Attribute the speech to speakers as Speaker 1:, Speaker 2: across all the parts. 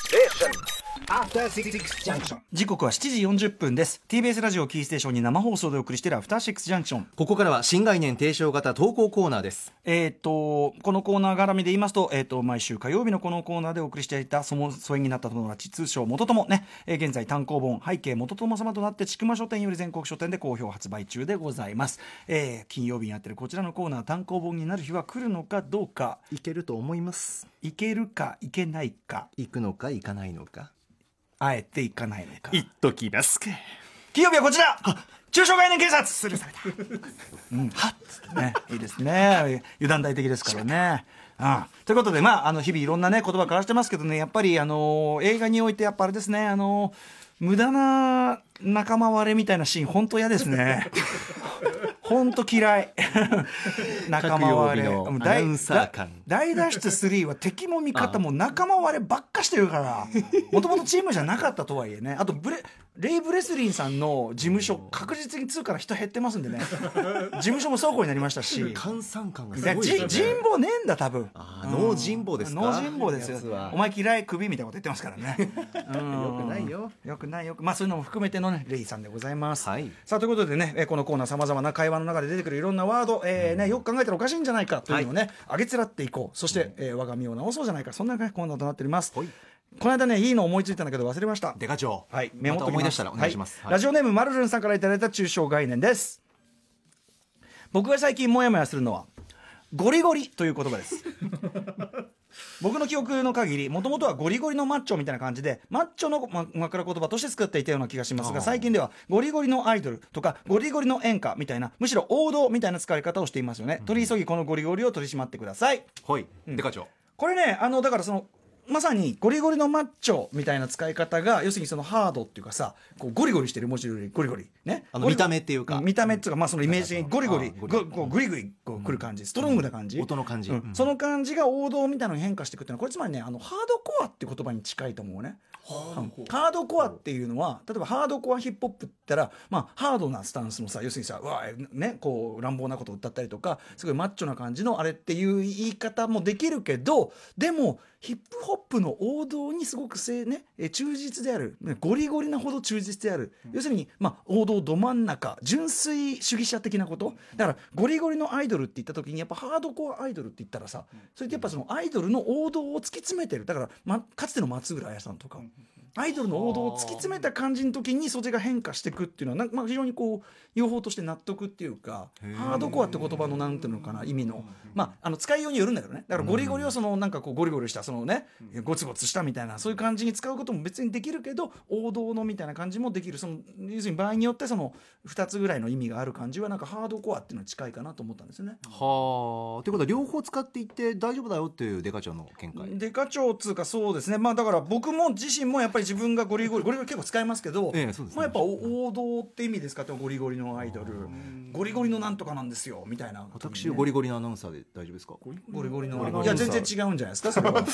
Speaker 1: Station.
Speaker 2: 時刻は7時40分です TBS ラジオキーステーションに生放送でお送りしているアフターシックスジャンクション
Speaker 3: ここからは新概念提唱型投稿コーナーです
Speaker 2: えーっとこのコーナー絡みで言いますと,、えーっと毎週火曜日のこのコーナーでお送りしていた「そも疎遠になった友達」通称「元友ね」えー現在単行本「背景元友様」となって千曲書店より全国書店で好評発売中でございます、えー金曜日にやってるこちらのコーナー単行本になる日は来るのかどうか
Speaker 3: いけると思います
Speaker 2: いけるかいけないか
Speaker 3: 行くのか行かないのか
Speaker 2: あえていかないのか
Speaker 3: っときますけ
Speaker 2: 金曜日はこちら中小概念警察スルーされた。うん、はっつってね。いいですね。油断大敵ですからね。うん、ということで、まあ、あの日々いろんなね、言葉交わしてますけどね、やっぱり、あの映画において、やっぱあれですね、あの無駄な仲間割れみたいなシーン、本当嫌です ね。本当嫌い。仲間割れ。
Speaker 3: 各曜日の
Speaker 2: もう大
Speaker 3: アナウンサー感
Speaker 2: 大脱出3は敵も味方も仲間割ればっかしてるからもともとチームじゃなかったとはいえねあとブレレイブ・レスリンさんの事務所確実に2から人減ってますん でね事務所も倉庫になりましたし
Speaker 3: 換算感がす
Speaker 2: いや
Speaker 3: ごい
Speaker 2: じ
Speaker 3: ですね
Speaker 2: 人望ねえんだ多分
Speaker 3: あー脳人望ですか
Speaker 2: 脳人望ですよ
Speaker 3: やつは
Speaker 2: お前嫌いクビみたいなこと言ってますからね よ
Speaker 3: くないよ
Speaker 2: よくないよくまあそういうのも含めてのねレイさんでございます、
Speaker 3: はい
Speaker 2: さあということでねえーこのコーナーさまざまな会話の中で出てくるいろんなワード、えーね、よく考えたらおかしいんじゃないかというのをね、上げつらっていこうそして、えー我が身を直そうじゃないかそんなねコーナーとなっております、
Speaker 3: はい
Speaker 2: この間ねいいの思いついたんだけど忘れました
Speaker 3: デカ長
Speaker 2: はいメ
Speaker 3: メ
Speaker 2: モっ
Speaker 3: モ
Speaker 2: とき
Speaker 3: と思い出したらお願いします、
Speaker 2: はいラジオネームマルルンさんからいただいた抽象概念です僕が最近モヤモヤするのはゴリゴリという言葉です 僕の記憶の限りもともとはゴリゴリのマッチョみたいな感じでマッチョのま枕言葉として作っていたような気がします
Speaker 3: あ
Speaker 2: が
Speaker 3: ー
Speaker 2: 最近ではゴリゴリのアイドルとかゴリゴリの演歌みたいなむしろ王道みたいな使い方をしていますよね、取り急ぎこのゴリゴリを取り締まってください
Speaker 3: はい、デカ長
Speaker 2: これねあのだからそのまさにゴリゴリのマッチョみたいな使い方が要するにそのハードっていうかさこうゴリゴリしてる文字よりゴリゴリね
Speaker 3: あの
Speaker 2: ゴリ
Speaker 3: 見た目っていうか
Speaker 2: ん見た目っていうかまあそのイメージ的にゴリゴリ
Speaker 3: あゴ
Speaker 2: ゴ
Speaker 3: リゴリ
Speaker 2: こうグリグリこうくる感じストロングな感じ、
Speaker 3: うん音の感じ
Speaker 2: うん
Speaker 3: うん
Speaker 2: その感じが王道みたいなのに変化していくっていうのはこれつまりねあのハードコアって言葉に近いと思うねハードコアっていうのは例えばハードコアヒップホップって言ったら、まあ、ハードなスタンスのさ要するにさうわねこう乱暴なことを歌ったりとかすごいマッチョな感じのあれっていう言い方もできるけどでもヒップホップの王道にすごくせ、ね、え忠実であるねゴリゴリなほど忠実である、要するに、まあ、王道ど真ん中純粋主義者的なことだからゴリゴリのアイドルって言った時にやっぱハードコアアイドルって言ったらさそれってやっぱそのアイドルの王道を突き詰めてるだから、ま、かつての松浦綾さんとか。アイドルの王道を突き詰めた感じの時にそれが変化していくっていうのはなんかまあ非常にこう用法として納得っていうかハードコアって言葉のなんていうのかな意味のまああの使いようによるんだけどねだからゴリゴリをそのなんかこうゴリゴリしたそのねゴツゴツしたみたいなそういう感じに使うことも別にできるけど王道のみたいな感じもできるその要するに場合によってその2つぐらいの意味がある感じはなんかハードコアっていうのに近いかなと思ったんですよね。
Speaker 3: はあということは両方使っていって大丈夫だよっていうデカ長の見解
Speaker 2: デカ長っつうかそうですねまあだから僕も自身もやっぱり自分がゴリゴリゴリゴリ結構使いますけど、
Speaker 3: ええそうですね
Speaker 2: まあやっぱ王道って意味ですかってゴリゴリのアイドルゴリゴリのなんとかなんですよみたいな
Speaker 3: 私ゴリゴリのアナウンサーで大丈夫ですか
Speaker 2: ゴリゴリの
Speaker 3: ゴリゴ
Speaker 2: い
Speaker 3: リの
Speaker 2: や全然違うんじゃないですかそ れは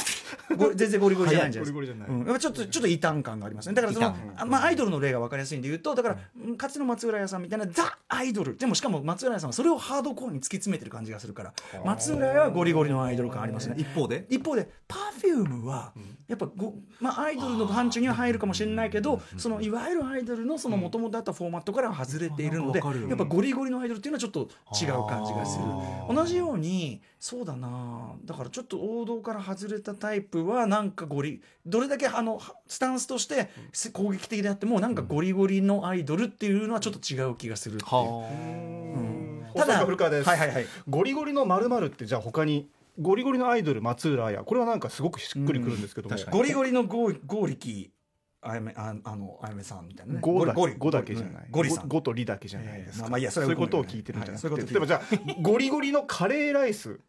Speaker 2: ゴリ全然ゴリゴリじゃないんじゃない
Speaker 4: ゴリ
Speaker 2: です
Speaker 4: ゴリ
Speaker 2: か
Speaker 4: じゃない
Speaker 2: うんやっぱちょっとちょっと異端感がありますねだからそ
Speaker 3: 異
Speaker 2: の
Speaker 3: 端
Speaker 2: あまあアイドルの例が分かりやすいんで言うとだからうんかつての松浦屋さんみたいなザ・アイドルでもしかも松浦屋さんはそれをハードコアに突き詰めてる感じがするから松浦屋はゴリゴリのアイドル感ありますね
Speaker 3: 一方で
Speaker 2: 一方で Perfume はやっぱご、まあ、アイドルの範疇には入るかもしれないけどそのいわゆるアイドルのその元々あったフォーマットからは外れているので
Speaker 3: あなんかわかる
Speaker 2: やっぱゴリゴリのアイドルっていうのはちょっと違う感じがする
Speaker 3: あー
Speaker 2: 同じようにそうだなだからちょっと王道から外れたタイプはなんかゴリどれだけあのはスタンスとしてせ攻撃的であってもなんかゴリゴリのアイドルっていうのはちょっと違う気がするっていう。
Speaker 4: ただ古川です、
Speaker 2: はいはいはい
Speaker 4: ゴリゴリのまるまるってじゃあ他にゴリゴリのアイドル松浦綾これはなんかすごくしっくりくるんですけども、
Speaker 2: ゴリゴリのゴーゴーリキあやめああのあやめさんみたいなね。
Speaker 4: ゴだ
Speaker 2: ゴリ
Speaker 4: ゴだけじゃない
Speaker 2: ゴリさん。
Speaker 4: ゴとリだけじゃないですか、
Speaker 2: ええまあいいやそれ
Speaker 4: そう
Speaker 2: は
Speaker 4: いうことを聞いてるんじゃなくて、
Speaker 2: はいそういうこと
Speaker 4: 例えばじゃあゴリゴリのカレーライス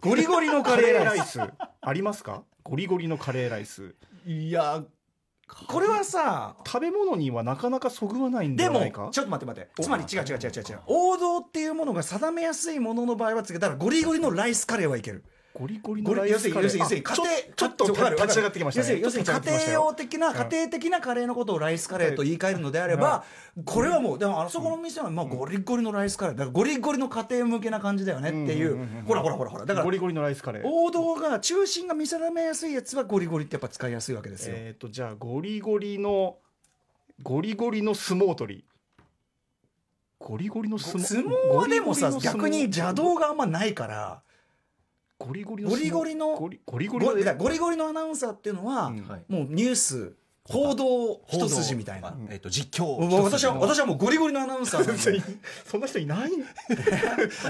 Speaker 2: ゴリゴリのカレーライス。
Speaker 4: スありますかゴリゴリのカレーライス
Speaker 3: いや
Speaker 2: これはさ、
Speaker 4: 食べ物にはなかなかそぐわないんじ
Speaker 2: で
Speaker 4: ゃ
Speaker 2: も
Speaker 4: ないか
Speaker 2: ちょっと待って待って。つまり違う違う違う違う違う。王道っていうものが定めやすいものの場合はつけたらゴリゴリのライスカレーはいける。
Speaker 4: ゴリゴリ
Speaker 2: ゴ
Speaker 4: のラ
Speaker 2: リ
Speaker 4: イ
Speaker 2: 要す
Speaker 4: ス
Speaker 2: る
Speaker 4: カ
Speaker 2: に
Speaker 4: レー
Speaker 2: 要するに要するに家
Speaker 4: あ
Speaker 2: 庭
Speaker 4: ちょっと
Speaker 2: わかるわかる
Speaker 4: 立ち上がってきましたね
Speaker 2: 要するに要するに
Speaker 4: ちょ
Speaker 2: 家
Speaker 4: っと立ち上がってきま
Speaker 2: 庭用
Speaker 4: したよ
Speaker 2: 的な家庭的なカレーのことをライスカレーと言い換えるのであればこれはもうでもあそこの店はまあゴリゴリのライスカレーだからゴリゴリの家庭向けな感じだよねってい
Speaker 4: うんうんうん
Speaker 2: う
Speaker 4: う
Speaker 2: んほらほらほらほらだから
Speaker 4: ゴリゴリのライスカレー
Speaker 2: 王道が中心が見定めやすいやつはゴリゴリってやっぱ使いやすいわけですよ
Speaker 4: えっ、とじゃあゴリゴリのゴリゴリの相撲取りゴリゴリの相撲
Speaker 2: 相撲はでもさ
Speaker 4: ゴリゴリの相撲
Speaker 2: 逆に邪道があんまないから
Speaker 4: ゴリゴリの
Speaker 2: ゴリゴリの
Speaker 4: ゴリゴリ
Speaker 2: ゴ
Speaker 4: ゴリ
Speaker 2: リ
Speaker 4: の
Speaker 2: だからゴリゴリのアナウンサーっていうのは
Speaker 4: うん
Speaker 3: はい
Speaker 2: もうニュース報道一筋みたいな
Speaker 3: 報道あえっと実況
Speaker 2: 私は
Speaker 3: 一筋の
Speaker 2: 私はもうゴリゴリのアナウンサーなんで
Speaker 4: そんな人いない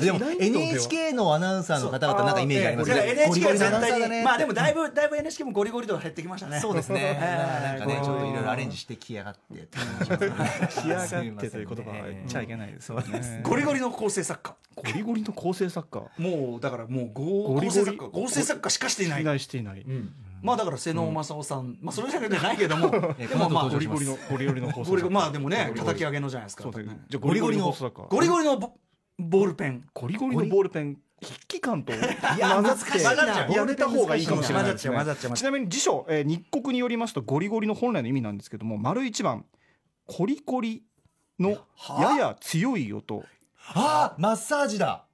Speaker 3: でも
Speaker 4: いないと
Speaker 3: NHK のアナウンサーの方々なんかイメージあります
Speaker 2: いや NHK は絶
Speaker 3: ゴリゴリのアナウンサーだ
Speaker 2: 対に
Speaker 3: ね
Speaker 2: まあでもだいぶだいぶ NHK もゴリゴリ度が減ってきましたね。
Speaker 3: そうです ね
Speaker 2: はい
Speaker 3: なんかね、
Speaker 2: はい
Speaker 3: ちょっといろいろアレンジしてきやがってって感じがし
Speaker 4: 仕上が
Speaker 3: ま
Speaker 4: っ
Speaker 3: すね。
Speaker 4: てという言葉は言っちゃいけないですよね
Speaker 2: ゴリゴリの構成作家
Speaker 4: ゴリゴリの構成作家
Speaker 2: もうだからもうゴ
Speaker 4: ゴリ
Speaker 2: 構
Speaker 4: ゴリ
Speaker 2: 成作家構成作家しかしていない
Speaker 4: いないしていない
Speaker 2: うんまあだから瀬能正夫さんまあそれだけじ ゃないけども
Speaker 3: え
Speaker 2: でもまあ
Speaker 3: こ
Speaker 4: ゴ
Speaker 2: ゴ
Speaker 4: リ
Speaker 2: リ
Speaker 4: ゴリのゴリゴリの構成
Speaker 2: ゴリ
Speaker 4: 作家
Speaker 2: まあでもね
Speaker 4: ゴリゴリ
Speaker 2: 叩き上げのじゃないですか
Speaker 4: そうですね
Speaker 2: ね
Speaker 4: じゃあゴリゴリの構成作家
Speaker 2: ゴリゴリのボボールペン
Speaker 4: ゴリゴリのボールペン筆記感と
Speaker 3: いや
Speaker 4: 混ざって
Speaker 3: 懐かしい
Speaker 2: な
Speaker 4: やめた方がいいかもしれない
Speaker 2: 混ざ
Speaker 4: で
Speaker 2: っ
Speaker 4: す
Speaker 2: ちゃう混ざっちゃう混ざっちゃ
Speaker 4: ね
Speaker 2: う
Speaker 4: ちなみに辞書、えー日国によりますとゴリゴリの本来の意味なんですけども丸一番コリコリのやや強い音
Speaker 3: あ、マッサージだ。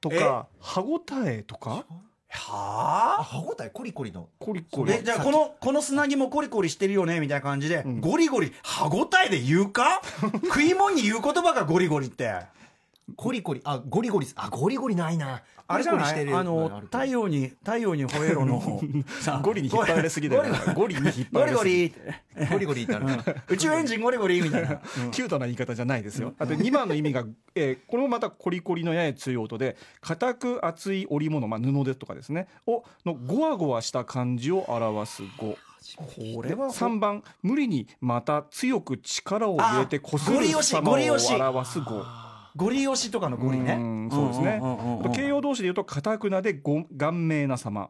Speaker 4: とか歯ごたえとか
Speaker 2: は
Speaker 3: あ、歯ごたえコリコリの。
Speaker 4: コリコリ
Speaker 2: でじゃあこのこの砂肝コリコリしてるよねみたいな感じで、
Speaker 4: うん
Speaker 2: ゴリゴリ歯ごたえで言うか食い物に言う言葉がゴリゴリって
Speaker 3: コリコリ、あ、ゴリゴリ、あ、ゴリゴリないな。
Speaker 2: あれじゃ
Speaker 3: ゴリゴ
Speaker 2: な
Speaker 3: リして
Speaker 2: い
Speaker 3: る
Speaker 2: あの太陽に太陽に吠えろの さ
Speaker 4: ゴリに引っ張られすぎだよゴリに引っ張
Speaker 2: ゴ
Speaker 4: ら
Speaker 2: リ
Speaker 4: れ
Speaker 2: ゴ
Speaker 4: すぎ
Speaker 2: リって
Speaker 3: ゴリゴリってある。
Speaker 2: 宇宙エンジンゴリゴリみたいな
Speaker 4: キュートな言い方じゃないですよあと2番の意味が、えーこれもまたコリコリのやや強い音で硬く厚い織物、まあ、布でとかですねをのゴワゴワした感じを表す語
Speaker 2: こ
Speaker 4: で3番無理にまた強く力を入れてこす
Speaker 2: あゴ
Speaker 4: る
Speaker 2: リ押し
Speaker 4: 様を
Speaker 2: ゴリ
Speaker 4: 表
Speaker 2: 押し
Speaker 4: す語
Speaker 2: ゴリ押しとかのゴリね
Speaker 4: うんそうですね
Speaker 2: んうんうんうん
Speaker 4: あと形容動詞で言うと堅くなでご顔面な様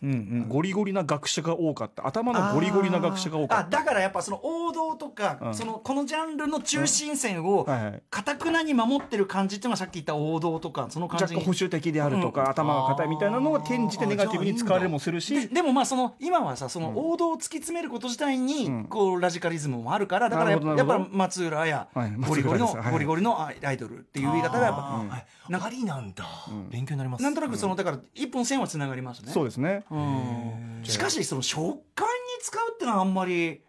Speaker 2: うんうん
Speaker 4: ゴリゴリな学者が多かった頭のゴリゴリな学者が多か
Speaker 2: あ
Speaker 4: っ
Speaker 2: だからやっぱその王道とか、
Speaker 4: うん
Speaker 2: そのこのジャンルの中心線を
Speaker 4: た、はいはい、
Speaker 2: かたくなに守ってる感じっていうのがさっき言った王道とかその感
Speaker 4: 若
Speaker 2: じ
Speaker 4: 干保守的であるとか、頭が硬いみたいなのを転じてネガティブに使われもするし
Speaker 2: ででもまあその今はさその王道を突き詰めること自体に
Speaker 4: うん
Speaker 2: こうラジカリズムもあるからだからやっぱ
Speaker 4: な
Speaker 2: や
Speaker 4: る
Speaker 2: っ
Speaker 4: ほどなる
Speaker 2: ぱ
Speaker 4: ほ
Speaker 2: 松浦や
Speaker 4: はい
Speaker 2: ゴリゴリの
Speaker 4: 松浦ですはい
Speaker 2: ゴリゴリのアイドルっていう言い方がやっぱ
Speaker 3: あー ありなんだ。勉強になります。
Speaker 2: なんとなくそのだから一本線はつながりましたね
Speaker 4: そうですね
Speaker 2: うんしかしその食感に使うってのはあんまり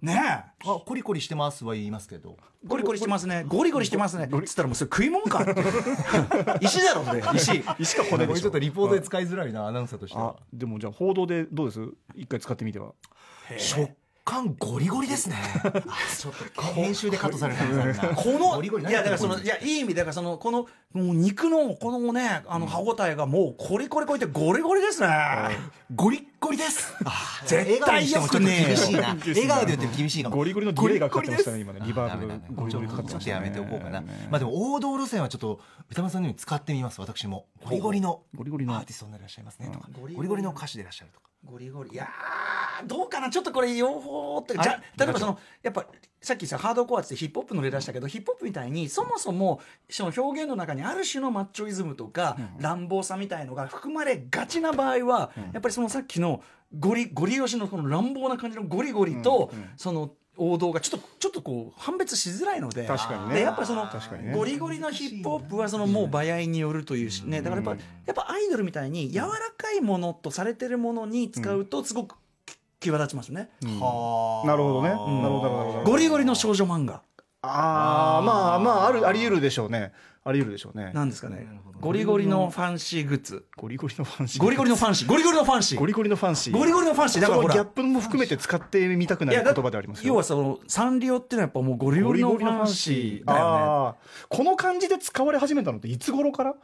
Speaker 2: ねえ
Speaker 3: あ、コリコリしてますは言いますけど。
Speaker 2: ゴリゴリしてますねゴリゴリしてますねつったらもうそれ食い物 かって石だろそれ石
Speaker 4: 石か骨
Speaker 3: こ
Speaker 4: で
Speaker 3: れ
Speaker 4: し
Speaker 3: ちょ
Speaker 4: ょ
Speaker 3: っとリポートで使いづらいな、アナウンサーとして
Speaker 4: あ
Speaker 3: は。
Speaker 4: でもじゃあ報道でどうです一回使ってみては
Speaker 3: 食感ゴリゴリ ですね。あちょっと編集でカットされる可能性ある な
Speaker 2: この
Speaker 3: ゴリゴリ
Speaker 2: いやだからそのいやいい意味だからそのこのもう肉のこのねあの歯ごたえがもうコリコリこいてゴリゴリですね、
Speaker 3: ゴリッゴリです。
Speaker 2: 絶対良くねえよ
Speaker 3: 笑顔にしてもちょっと厳しいな。笑顔で言っても厳しいかも。
Speaker 4: ゴリゴリのグレーがかかってましたね今ねリバ
Speaker 3: ダ
Speaker 4: ー
Speaker 3: メ
Speaker 4: ブが
Speaker 3: だね
Speaker 4: ゴリ
Speaker 3: ち
Speaker 4: ゴ
Speaker 3: ょ
Speaker 4: リ
Speaker 3: っ
Speaker 4: かか
Speaker 3: と
Speaker 4: って
Speaker 3: ち
Speaker 4: ま
Speaker 3: ょ
Speaker 4: し
Speaker 3: ったと
Speaker 4: ね
Speaker 3: やめておこうかな。
Speaker 4: ね
Speaker 3: まあでも王道路線はちょっと歌丸さんのように使ってみます。私もゴリゴリの
Speaker 4: ゴリゴリの
Speaker 3: アーティストにないらっしゃいますねとか、
Speaker 2: うん
Speaker 3: ゴリゴリの歌手でいらっしゃるとか。
Speaker 2: ゴリゴリいやーどうかなちょっとこれ両方ってじ
Speaker 3: あれ
Speaker 2: ゃ例えばそのやっぱさっきさハードコアっつってヒップホップの例出したけどヒップホップみたいにそもそもその表現の中にある種のマッチョイズムとか、乱暴さみたいのが含まれがちな場合は、やっぱりそのさっきのゴリゴリ押しのこの乱暴な感じのゴリゴリと、その王道がちょっとちょっとこう判別しづらいので
Speaker 4: 確かにね
Speaker 2: でやっぱりその
Speaker 4: 確かにね
Speaker 2: ゴリゴリのヒップホップはそのもう場合によるというしねだからやっぱやっぱアイドルみたいに柔らかいものとされてるものに使うとすごく際立ちますね、
Speaker 3: は
Speaker 4: なるほどねなるほどなるほど
Speaker 2: ゴリゴリの少女漫画
Speaker 4: ああまあまああるあり得るでしょうねあり得るでしょうね
Speaker 2: なんですかねゴリゴリのファンシーグッズ
Speaker 4: ゴリゴリのファンシー
Speaker 2: ゴリゴリのファンシーゴリゴリのファンシー
Speaker 4: ゴリゴリのファンシー
Speaker 2: ゴリゴリのファンシーだからほ
Speaker 4: その
Speaker 2: ら
Speaker 4: ギャップも含めて使ってみたくなる
Speaker 2: だ
Speaker 4: 言葉であります
Speaker 2: 要
Speaker 4: よ
Speaker 2: はそのサンリオってのはやっぱもうゴリゴリのファンシーだよね
Speaker 4: あーこの感じで使われ始めたのっていつ頃から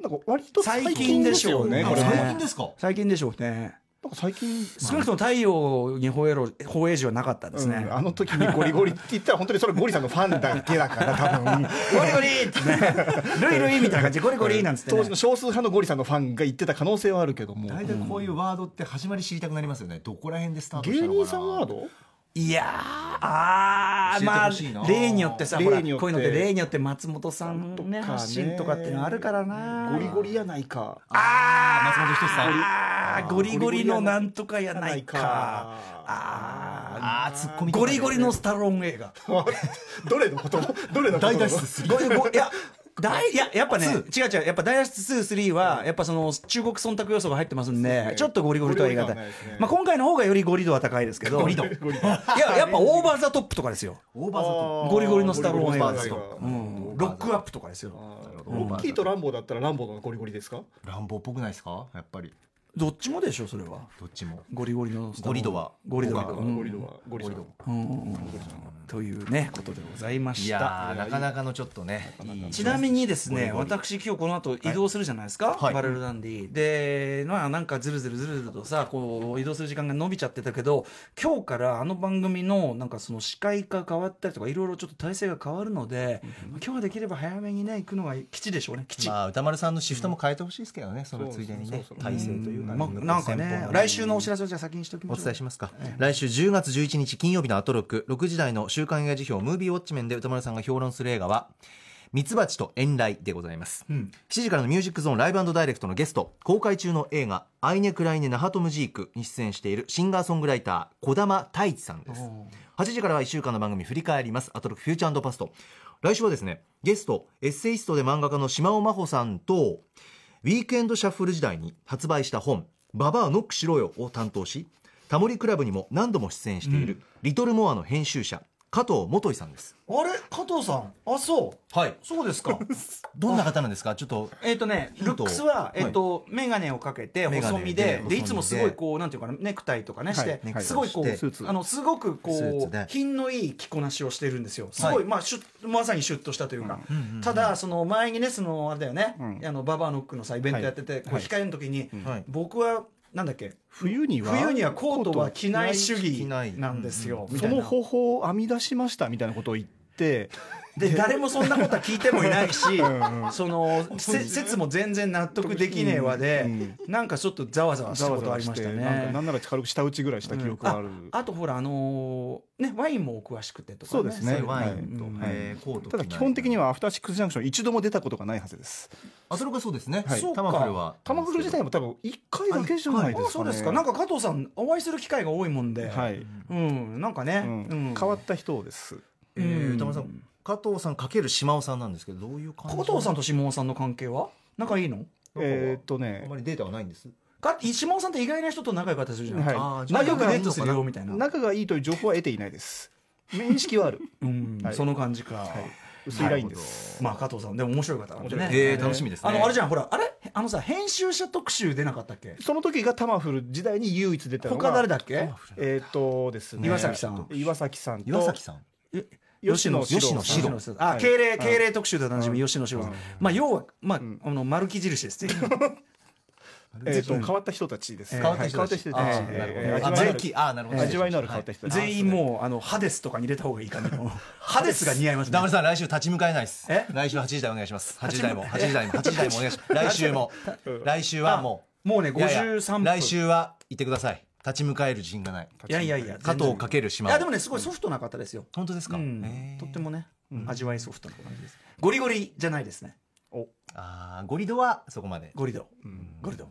Speaker 4: なんか割と最
Speaker 2: 最
Speaker 4: 近
Speaker 2: 近
Speaker 4: で
Speaker 2: ですし
Speaker 4: よ
Speaker 2: ょう
Speaker 4: ね
Speaker 2: ね
Speaker 4: これ
Speaker 2: ね
Speaker 4: ね
Speaker 3: 最近ですか。
Speaker 2: 最近でしょうね
Speaker 4: なんか最近
Speaker 2: 少なくとも太陽に吠えろ放映時はなかったですね、
Speaker 4: うんあの時にゴリゴリって言ったら本当にそれゴリさんのファンだけだから多 分
Speaker 2: ゴリゴリってねルイルイみたいな感じでゴリゴリなんつって、ね、
Speaker 4: 当時の少数派のゴリさんのファンが言ってた可能性はあるけども
Speaker 3: 大体こういうワードって始まり知りたくなりますよね。どこら辺でスタートした
Speaker 4: 芸
Speaker 3: のかな。
Speaker 4: 人さんワード
Speaker 2: いやーあーま
Speaker 3: 教えてほしい
Speaker 2: あ
Speaker 3: な
Speaker 2: 例によってさほら
Speaker 4: 例によって
Speaker 2: こういうのって例によって松本さんのね
Speaker 4: とかね
Speaker 2: 発信とかっていうのあるからな
Speaker 4: ゴリゴリやないか
Speaker 2: あー
Speaker 3: 松本人志さん
Speaker 2: あーゴリゴリのなんとかやないかあ
Speaker 3: ああツッコ
Speaker 2: ー
Speaker 3: ミ
Speaker 2: ゴリゴリの
Speaker 3: ス
Speaker 2: スタローン映画
Speaker 4: どれのことどれの
Speaker 3: 大脱出する
Speaker 2: ゴリゴリいや大いややっぱね違う違うやっぱダイヤス2、3はやっぱその中国忖度要素が入ってますんで
Speaker 4: ね
Speaker 2: ちょっとゴリゴリとは言い難
Speaker 4: ゴ
Speaker 2: い
Speaker 4: リゴリ感ないですね
Speaker 2: まあ今回の方がよりゴリ度は高いですけど
Speaker 3: ゴリ度
Speaker 2: いややっぱオーバーザトップとかですよ
Speaker 3: オーバーザト
Speaker 2: ゴリゴリのスタローン映画
Speaker 4: で
Speaker 2: ですす
Speaker 4: と
Speaker 2: と、うん、ロックアップとかですよ
Speaker 4: ロッキーとランボーだったらランボーのゴリゴリですか
Speaker 3: ップ乱暴っぽくないですかやっぱり
Speaker 2: どっちもでしょそれは
Speaker 3: どっちも
Speaker 2: ゴリゴリのスタローン
Speaker 3: ゴリ度は
Speaker 2: ゴリ度は、
Speaker 3: 僕
Speaker 2: う
Speaker 3: は
Speaker 2: ん
Speaker 4: ゴリドはゴリさん
Speaker 3: ゴリ
Speaker 2: うんうんうんというねことでございま
Speaker 3: い
Speaker 2: した
Speaker 3: やーなかなかのちょっとねいい
Speaker 2: ちなみにですね
Speaker 3: ゴリゴリ
Speaker 2: 私今日この後移動するじゃないですか、
Speaker 3: はい
Speaker 2: バレルダンディでまあなんかずるずるずるずるとさこう移動する時間が伸びちゃってたけど今日からあの番組のなんかその司会が変わったりとかいろいろちょっと体制が変わるので、まあ今日はできれば早めにね行くのが吉でしょうね吉、
Speaker 3: まあ歌丸さんのシフトも変えてほしいですけどねそのついでにね
Speaker 4: そうそうそう
Speaker 3: 体制というか
Speaker 2: まあ、なんかね来週のお知らせをじゃあ先にしておきま
Speaker 3: お
Speaker 2: しょう
Speaker 3: 伝えしますか、来週10月11日金曜日のアトロク6時台の週刊映画辞表「ムービーウォッチメン」で歌丸さんが評論する映画は「ミツバチと遠雷」でございます、7時からの「ミュージックゾーンライブダイレクト」のゲスト公開中の映画「アイネ・クライネ・ナハトムジーク」に出演しているシンガーソングライター児玉太一さんです8時からは1週間の番組振り返りますアトロクフューチャーパスト来週はですねゲストエッセイストで漫画家の島尾真帆さんとウィークエンドシャッフル時代に発売した本「ババアノックしろよ」を担当しタモリクラブにも何度も出演している、リトルモアの編集者加藤元井さんです
Speaker 2: あれ加藤さんあそう
Speaker 3: はい
Speaker 2: そうですか
Speaker 3: どんな方なんですかちょっと
Speaker 2: えっとね
Speaker 3: ヒント
Speaker 2: ル
Speaker 3: を
Speaker 2: ックスは、
Speaker 3: い
Speaker 2: えっと眼鏡をかけて
Speaker 3: 眼
Speaker 2: 細
Speaker 3: 鏡
Speaker 2: 身
Speaker 3: で
Speaker 2: で
Speaker 3: 細身
Speaker 2: で
Speaker 3: で
Speaker 2: いつもすごいこうなんていうかなネクタイとかねして、
Speaker 3: ネクタイ
Speaker 2: すごいこう
Speaker 3: して
Speaker 4: スーツ
Speaker 2: あのすごくこ
Speaker 3: スーツ
Speaker 2: う、
Speaker 3: で
Speaker 2: 品のいい着こなしをしてるんですよすごい、
Speaker 3: はい
Speaker 2: まあシュッまさにシュッとしたというか、ただその前にねそのあれだよね、
Speaker 4: うん
Speaker 2: あのババアノックのさイベントやってて、こう
Speaker 4: はい
Speaker 2: 控えの時に、
Speaker 3: はい
Speaker 2: 僕はなんだっけ
Speaker 4: 冬には
Speaker 2: 冬にはコートは着ない主義
Speaker 3: 着ない
Speaker 2: なんですよ、みた
Speaker 4: そ
Speaker 2: いな
Speaker 4: の方法を編み出しましたみたいなことを言って
Speaker 2: で誰もそんなことは聞いてもいないし
Speaker 4: ん
Speaker 2: そのせ説も全然納得できねえわでなんかちょっとざわざわした
Speaker 4: ざ
Speaker 2: こ
Speaker 4: わ
Speaker 2: と
Speaker 4: ざ
Speaker 2: あ
Speaker 4: わ
Speaker 2: り
Speaker 4: し
Speaker 2: ましてた
Speaker 4: なんかな
Speaker 2: ね。
Speaker 4: んなら軽く舌打ちぐらいした記憶がある
Speaker 2: あとほらあのーねワインもお詳しくてとか、ね、
Speaker 4: そうですね
Speaker 2: い
Speaker 3: ワインと、
Speaker 2: うん
Speaker 3: えーコート
Speaker 4: ただ基本的に
Speaker 3: は
Speaker 4: はアフターシックスジャンクション一度も出たことがないはずです
Speaker 3: あそれがそうですね、
Speaker 4: はい
Speaker 2: そうか
Speaker 3: タマフルは
Speaker 4: タマフル自体も多分一回だけじゃないですか、ね、
Speaker 2: あそうですかなんか加藤さんお会いする機会が多いもんで、
Speaker 4: はい、
Speaker 2: うんなんか
Speaker 4: う
Speaker 2: ね、
Speaker 4: ん
Speaker 2: うん
Speaker 4: 変わった人です
Speaker 3: えー歌丸さん加藤さんかける島尾さんなんですけどどういう感じ
Speaker 2: 加藤さんと下尾さんの関係は仲いいの
Speaker 4: えー、っと
Speaker 3: あ
Speaker 4: ね
Speaker 3: まりデータはないんです
Speaker 2: か下尾さんって意外な人と仲良かったりするじゃない、
Speaker 4: はい
Speaker 3: あーじゃあ
Speaker 2: 仲良くデートするよみたいな、
Speaker 4: 仲がいいという情報は得ていないです面識はある
Speaker 2: うん
Speaker 4: はい
Speaker 2: その感じか、
Speaker 4: 薄いラインです
Speaker 2: まあ加藤さんでも面白い方なんでね、
Speaker 3: えー楽しみですね
Speaker 2: あのあれじゃんほらあれあのさ編集者特集出なかったっけ
Speaker 4: その時がタマフル時代に唯一出たのが
Speaker 2: 他誰だっけ
Speaker 4: えーっとですね
Speaker 2: 岩崎さん
Speaker 4: 岩崎さんと
Speaker 3: 岩崎さん
Speaker 4: 吉野
Speaker 3: 吉野
Speaker 4: 四
Speaker 3: 四
Speaker 4: 郎
Speaker 3: 郎
Speaker 2: あ
Speaker 4: はい
Speaker 2: 敬礼敬礼特集でおなじみ
Speaker 4: うん
Speaker 2: 吉野志郎さん
Speaker 4: うん
Speaker 2: まあ要はまあ
Speaker 4: ん
Speaker 2: あの丸木印ですね
Speaker 4: えーっと変わった人たちです
Speaker 2: えー
Speaker 3: 変わった人たち
Speaker 4: 変
Speaker 3: あ
Speaker 4: わった
Speaker 3: ー
Speaker 4: 人
Speaker 3: なるほ
Speaker 4: えー
Speaker 3: どあ
Speaker 4: 味わい
Speaker 3: 前期あーなるほど
Speaker 4: 味わいのある変わった人たち
Speaker 2: 全員もうあのハデスとかに入れた方がいいかなハデスが似合いますね
Speaker 3: ダムさん来週立ち向かえないです
Speaker 2: え。
Speaker 3: 来週8時台お願いします。8時台も8時台も8時台もお願いします。来週も来週はも
Speaker 2: もうね
Speaker 3: ういやいや
Speaker 2: 53分
Speaker 3: 来週は行ってください。立ち向かえる自信がない。
Speaker 2: いやいやいや
Speaker 3: 加藤
Speaker 2: 全
Speaker 3: か
Speaker 2: 然
Speaker 3: ける島。
Speaker 2: いやでもねすごいソフトな方ですよ
Speaker 3: 本当ですか。
Speaker 2: うん
Speaker 3: へー
Speaker 2: とってもね味わいソフトな感じですゴリゴリじゃないですね
Speaker 4: お
Speaker 3: ああゴリドはそこまで。
Speaker 2: ゴリドゴリド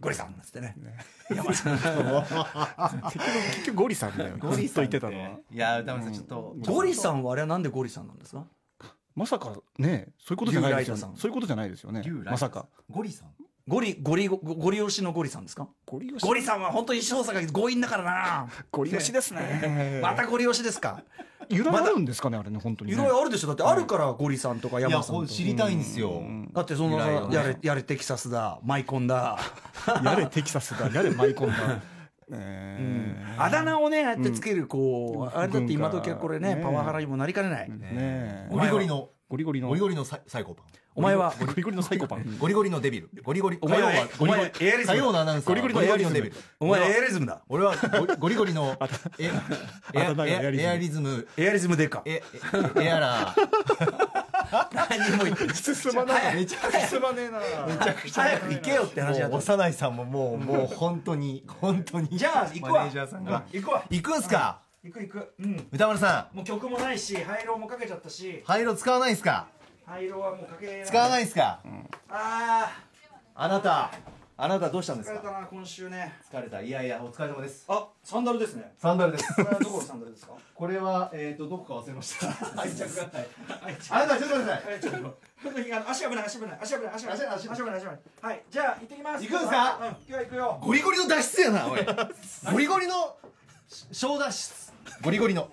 Speaker 2: ゴリさんなんつってね
Speaker 4: 結局ゴリさんだよずっと言ってたのは。
Speaker 3: いや歌丸さんちょっと
Speaker 2: ゴリさんはあれはなんでゴリさんなんですか
Speaker 4: まさかねそういうことじゃないですよ
Speaker 2: 竜雷太さ
Speaker 4: ね
Speaker 2: ん
Speaker 4: そういうことじゃないですよね
Speaker 3: 竜来
Speaker 4: まさか
Speaker 3: ゴリさん。
Speaker 2: ゴリゴリゴゴリ押しのゴリさんですか
Speaker 4: ゴリ
Speaker 2: ゴリさんは本当に翔さんが強引だからな
Speaker 4: ゴリ押しですね
Speaker 2: またゴリ押しですか
Speaker 4: 由来あるんですかねあれね本当に
Speaker 2: い
Speaker 4: ね
Speaker 2: ろいろあるでしょだってあるからゴリさんとか
Speaker 3: い
Speaker 2: 山
Speaker 3: や
Speaker 2: さん
Speaker 3: ことれ知りたいんですよ。
Speaker 2: だってその
Speaker 3: 由来をね
Speaker 2: やれやれテキサスだマイコンだ
Speaker 4: やれテキサスだやれマイコンだね
Speaker 2: あだ名をねああやってつけるこうあれだって今時はこれね
Speaker 4: 文化ね
Speaker 2: パワハラにもなりかねない
Speaker 4: え
Speaker 3: ゴリゴリの
Speaker 4: ゴリゴリの
Speaker 3: ゴリゴリのサイサイコパン。
Speaker 2: お前は
Speaker 4: ゴリゴリのサイコパン
Speaker 3: ゴリゴリのデビル。ゴリゴリ。
Speaker 2: お前は
Speaker 3: 火曜はゴリゴ
Speaker 2: お
Speaker 3: リ
Speaker 2: 前エアリズム
Speaker 3: 火曜のアナウンサーは
Speaker 4: ゴリゴリの
Speaker 3: ゴリゴリ
Speaker 4: エ
Speaker 3: の
Speaker 4: アリズ
Speaker 3: デ
Speaker 4: ム
Speaker 3: ビル。
Speaker 2: お前エアリズムだ
Speaker 3: 俺はゴリゴリゴ リのエエ
Speaker 4: あだ名が
Speaker 3: ア
Speaker 4: エアリズム
Speaker 2: エ
Speaker 3: エアリズム
Speaker 2: アリズムでか
Speaker 3: エエエアラー
Speaker 2: 何も言って
Speaker 4: 進まないめちゃくちゃ進まねえな
Speaker 2: 早く行けよって話だ
Speaker 3: もう
Speaker 2: と
Speaker 3: 幼いさんももうもう本当に本当に
Speaker 2: じゃあ行くわ
Speaker 3: マネージャーさんが
Speaker 2: うん行くわ
Speaker 3: 行くんすか
Speaker 2: 行く行くうん
Speaker 3: 歌丸さ
Speaker 2: もう曲もないし廃炉もかけちゃったし
Speaker 3: ん灰色使わないですか
Speaker 2: 廃炉はもうかけない
Speaker 3: 使わないですか
Speaker 2: あ
Speaker 3: あなたあなたどうしたん
Speaker 2: あ
Speaker 3: です
Speaker 2: 疲れた
Speaker 3: か
Speaker 2: な今週ね
Speaker 3: 疲れたいやいやお疲れ様です
Speaker 2: あサンダルですね
Speaker 3: サンダルです
Speaker 2: これはどこのサンダルですか
Speaker 3: これはえっ、とどこか忘れました 愛着がない
Speaker 2: はいちょ
Speaker 3: あなたちょっと待ってください
Speaker 2: っと本当にあの足危ない足危ない足危ない足危ない
Speaker 3: 足
Speaker 2: 足危ない足危ないはいじゃあ行ってきます
Speaker 3: 行くんすか
Speaker 2: うん行くよ行くよ
Speaker 3: ゴリゴリの脱出や なおいゴリゴリの小脱出ゴリゴリの